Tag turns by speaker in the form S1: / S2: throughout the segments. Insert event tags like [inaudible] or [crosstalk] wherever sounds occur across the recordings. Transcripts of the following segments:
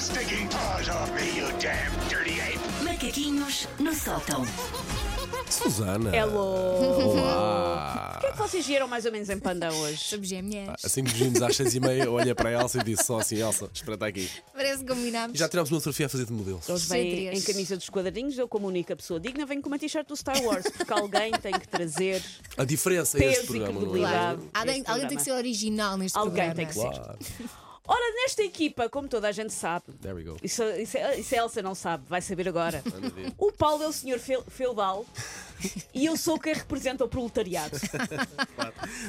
S1: stinking paws off me, you damn dirty ape!
S2: Macaquinhos no sótão.
S3: Susana.
S4: É Hello!
S3: Olá.
S4: O que é que vocês vieram mais ou menos em panda hoje?
S5: Somos gêmeas.
S3: Assim que vimos às seis e meia, olha para a Elsa e disse só assim: Elsa, espera aqui.
S5: Parece que combinámos.
S3: E já tirámos uma fotografia a fazer de modelo.
S4: Eles vêm
S5: Sim, três.
S4: em camisa dos quadradinhos, eu, como única pessoa digna, venho com uma t-shirt do Star Wars, porque alguém [laughs] tem que trazer.
S3: A diferença é este
S4: Peso e
S3: programa, não é?
S4: credibilidade.
S5: Claro. Alguém,
S4: Este
S5: alguém
S4: programa.
S5: tem que ser original neste
S4: Alguém
S5: programa.
S4: tem que ser.
S3: Claro.
S4: Ora, nesta equipa, como toda a gente sabe,
S3: There we go.
S4: isso, isso, isso a Elsa não sabe, vai saber agora.
S3: ver.
S4: O Paulo é o senhor feu- feudal e eu sou quem representa o proletariado.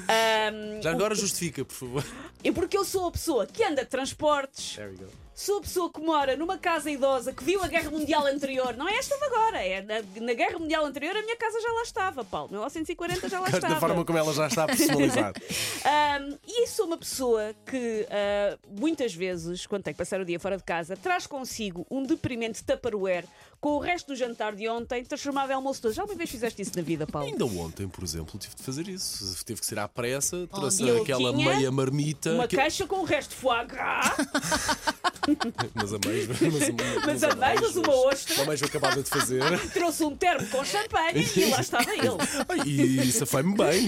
S4: Ahm, é
S3: Já agora justifica, por favor. [laughs]
S4: e porque eu sou a pessoa que anda de transportes,
S3: There we go.
S4: Sou a pessoa que mora numa casa idosa que viu a Guerra Mundial anterior. Não é esta de agora. É na, na Guerra Mundial anterior a minha casa já lá estava, Paulo. 1940 já lá
S3: Gosto da
S4: estava.
S3: forma como ela já está personalizada.
S4: Ahm, e sou uma pessoa que ah, muitas vezes, quando tem que passar o dia fora de casa, traz consigo um deprimente Tupperware com o resto do jantar de ontem transformado em almoço de hoje. Já uma vez fizeste isso na vida, Paulo?
S3: Ainda ontem, por exemplo, tive de fazer isso. Teve que ser à pressa, trouxe
S4: Eu
S3: aquela
S4: tinha
S3: meia marmita.
S4: Oh, Uma
S3: aquele-
S4: caixa com o resto de foie gras,
S3: [laughs] Mas a mais, mas a mais.
S4: mas a beijos uma ostra,
S3: Uma mais eu acabava de fazer.
S4: trouxe um termo com
S3: [laughs]
S4: champanhe e lá estava ele.
S3: Ai, E safei-me
S4: [laughs]
S3: bem.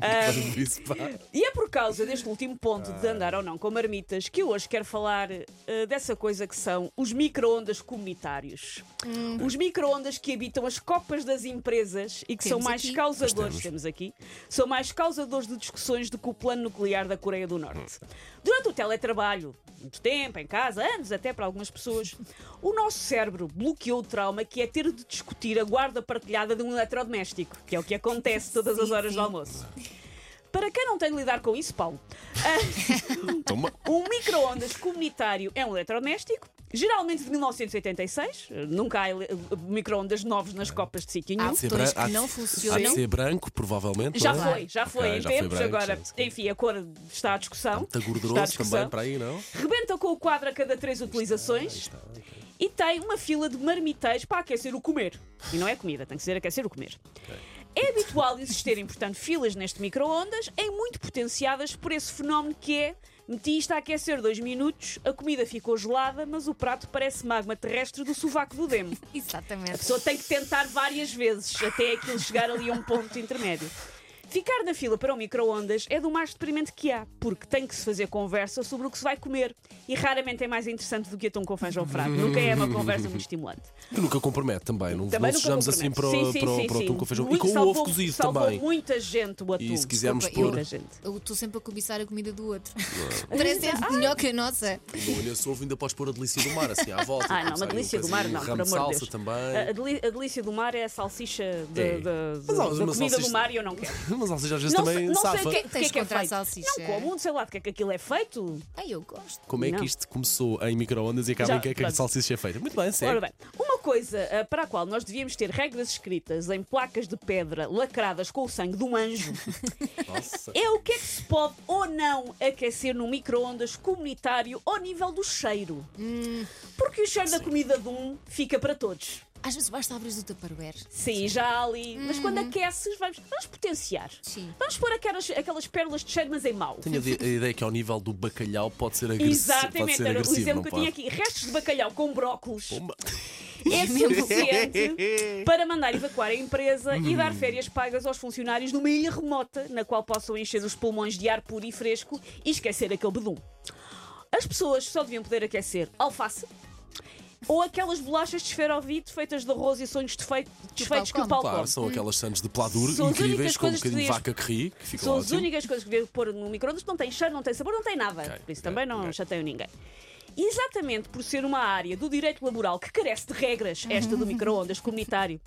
S4: É.
S3: Isso, pá.
S4: E é por causa deste último ponto de andar ou não com marmitas que eu hoje quero falar eh, dessa coisa que são os micro-ondas comunitários.
S5: Hum.
S4: Os micro-ondas que habitam as copas das empresas e que são
S5: Temos
S4: mais
S5: aqui.
S4: causadores, temos aqui, são mais causadores de discussões do que o plano nuclear da Coreia do Norte. Durante o teletrabalho, muito tempo, em casa, anos até para algumas pessoas, o nosso cérebro bloqueou o trauma que é ter de discutir a guarda partilhada de um eletrodoméstico, que é o que
S5: [laughs]
S4: acontece todas as
S5: Sim,
S4: horas
S5: sim.
S4: do almoço. Para quem não tem de lidar com isso, Paulo, [laughs]
S3: Toma.
S4: um micro-ondas comunitário é um eletrodoméstico, geralmente de 1986. Nunca há ele- micro-ondas novos nas copas de sítio nenhum.
S5: Há
S3: ser
S5: botões
S3: bran- há
S5: que não
S3: de- Há
S5: funcionam.
S3: de ser branco, provavelmente.
S4: Já
S3: não é?
S4: foi, já foi
S3: Ok,
S4: em
S3: já
S4: tempos,
S3: branco,
S4: agora,
S3: já.
S4: enfim, a cor está à discussão.
S3: Está
S4: está à
S3: gorduroso
S4: discussão.
S3: também para aí, não?
S4: Rebenta com o quadro a cada três utilizações e tem uma fila de marmiteiros para aquecer o comer. E não é comida, tem que ser aquecer o comer. É habitual existirem, portanto, filas neste micro-ondas em muito potenciadas por esse fenómeno que é meti isto a aquecer dois minutos, a comida ficou gelada, mas o prato parece magma terrestre do sovaco do demo. A
S5: Exatamente.
S4: pessoa tem que tentar várias vezes até aquilo chegar ali a um ponto intermédio. Ficar na fila para o micro-ondas é do mais deprimente que há, porque tem que se fazer conversa sobre o que se vai comer. E raramente é mais interessante do que a tão com feijão fraco. Nunca é uma conversa muito estimulante.
S3: Que nunca compromete também. Não,
S4: Também
S3: não sejamos assim para, o-
S4: sim, sim,
S3: para, o-
S4: sim,
S3: para o
S4: sim.
S3: atum com feijão. E
S4: Muito-
S3: com o ovo
S4: salvou-
S3: cozido
S4: salvou
S3: também.
S4: muita gente o atum.
S3: E se quisermos
S5: Desculpa,
S3: pôr.
S4: Muita gente.
S5: Eu estou sempre a cobiçar a comida do outro. [laughs] Parece ser
S4: Ah.
S5: melhor que a nossa.
S3: Não, nesse ovo ainda podes pôr a delícia do mar, assim à volta.
S4: Ah, não,
S3: Sai
S4: uma
S3: um
S4: delícia do mar,
S3: pezinho,
S4: não,
S3: um
S4: por
S3: ramo de
S4: amor
S3: salsa
S4: de Deus. A, a
S3: também.
S4: deli- a delícia do mar é a salsicha de,
S3: É.
S4: de- de-
S3: Mas há uma
S4: da comida do
S3: salsicha-
S4: mar e eu não quero.
S3: [laughs] Mas às vezes, às vezes
S4: Ah, Não sei,
S3: também
S4: não sei
S3: safa.
S4: o que, é- o que
S5: Tens
S4: é que é
S5: contra a
S4: feito.
S5: salsicha.
S4: Não como, sei lá de que é que aquilo é feito.
S5: Ai, eu gosto.
S3: Como é
S4: Não.
S3: que isto começou em micro-ondas e acaba
S4: Já,
S3: em que é que a
S4: pronto.
S3: salsicha é feita? Muito bem, sério.
S4: Ora bem, uma coisa ah, para a qual nós devíamos ter regras escritas em placas de pedra lacradas com o sangue de
S3: [laughs]
S4: um anjo
S3: Nossa.
S4: é o que é que se pode ou não aquecer no micro-ondas comunitário ao nível do cheiro.
S5: Hum.
S4: Porque o cheiro da comida de um fica para todos.
S5: Às vezes basta abrir o Tupperware.
S4: Sim, já há ali. Mas quando aqueces, vamos, vamos potenciar.
S5: Hum. Sim.
S4: Vamos pôr aquelas, aquelas pérolas de cheiro, mas em mau.
S3: Tenho a de- a ideia que ao nível do bacalhau pode ser agressivo. pode
S4: Exatamente,
S3: ser
S4: era o
S3: agressivo,
S4: exemplo
S3: não
S4: que eu
S3: pode?
S4: tinha aqui. Restos de bacalhau com brócolos.
S3: Pumba.
S4: é
S3: [laughs]
S4: suficiente para mandar evacuar a empresa e
S3: Hum.
S4: dar férias pagas aos funcionários numa ilha remota na qual possam encher os pulmões de ar puro e fresco e esquecer aquele bedum. As pessoas só deviam poder aquecer alface ou aquelas bolachas de esferovite feitas de arroz e sonhos defe- desfeitos que o
S5: come.
S4: pau
S3: Claro,
S4: come.
S3: são aquelas sandes de pladur
S4: São as
S3: incríveis
S4: únicas
S3: com um
S4: coisas que
S3: bocadinho de
S4: podias-
S3: vaca curry, que fica
S4: São as
S3: ótimo.
S4: únicas coisas que devia pôr no microondas, não tem cheiro, não tem sabor, não tem nada.
S3: Ok,
S4: Por isso
S3: ok,
S4: também não
S3: ok.
S4: chateiam ninguém. E Exatamente por ser uma área do direito laboral que carece de regras, esta do microondas comunitário,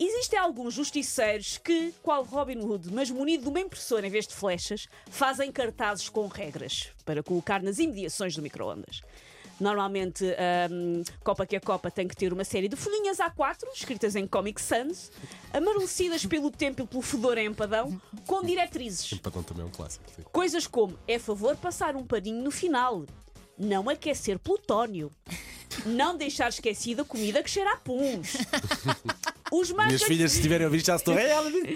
S4: existem alguns justiceiros que, qual Robin Hood, mas munido de uma impressora em vez de flechas, fazem cartazes com regras para colocar nas imediações do microondas. Normalmente, hum, Copa que a Copa tem que ter uma série de folhinhas A4, escritas em Comic Sans, amarelecidas pelo tempo e pelo fedor em empadão, com diretrizes.
S3: Empadão também é um clássico. sim.
S4: Coisas como é favor passar um paninho no final, não aquecer plutónio, não deixar esquecida comida que cheira a puns, Os mais
S3: Minhas
S4: galho-
S3: filhas, se estiverem a ouvir, já estou. É, ela disse.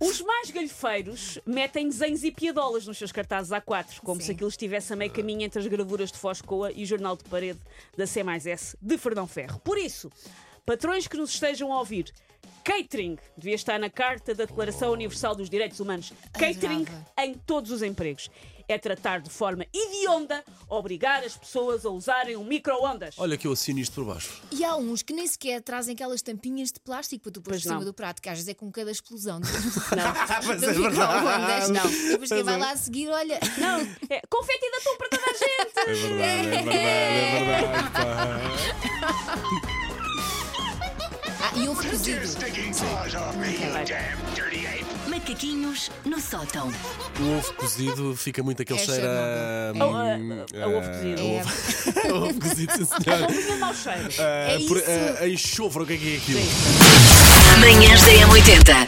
S4: Os mais galhofeiros metem desenhos e piadolas nos seus cartazes A4, como
S5: Sim.
S4: se aquilo estivesse a meio caminho entre as gravuras de Foscoa e o jornal de parede da C S de Fernão Ferro. Por isso, patrões que nos estejam a ouvir, catering devia estar na Carta da Declaração Universal dos Direitos Humanos. Catering
S5: Adorava.
S4: em todos os empregos. É tratar de forma idionda, obrigar as pessoas a usarem um micro-ondas.
S3: Olha que eu assino isto por baixo.
S5: E há uns que nem sequer trazem aquelas tampinhas de plástico para tu pôr
S4: Pois
S5: por cima
S4: não.
S5: do prato, que às vezes é com cada
S3: [laughs]
S5: explosão.
S4: Não.
S3: Ah, Mas é
S5: Não ficam ondas.
S4: Não.
S5: E Depois quem vai lá a seguir, olha.
S4: Não, é confeti da tua para
S5: [laughs]
S4: toda a gente!
S3: É verdade, é verdade, é verdade. pá.
S5: Ah, e ovo
S1: Take your
S5: cozido.
S1: stinking paws off me, you
S4: Right.
S1: damn dirty ape!
S2: Macaquinhos no sótão.
S3: O ovo cozido fica muito aquele
S5: É
S3: cheiro a.
S5: Chernobyl.
S3: hum,
S4: A- a- a é ovo
S3: [laughs]
S4: cozido.
S5: é.
S3: a ovo- a ovo cozido, sim, senhor.
S4: Não tinha [laughs] mau cheiro.
S3: Ah,
S5: É
S3: por-
S5: isso.
S3: ah, Enxofre, o que é que é aquilo?
S2: Manhãs da M80.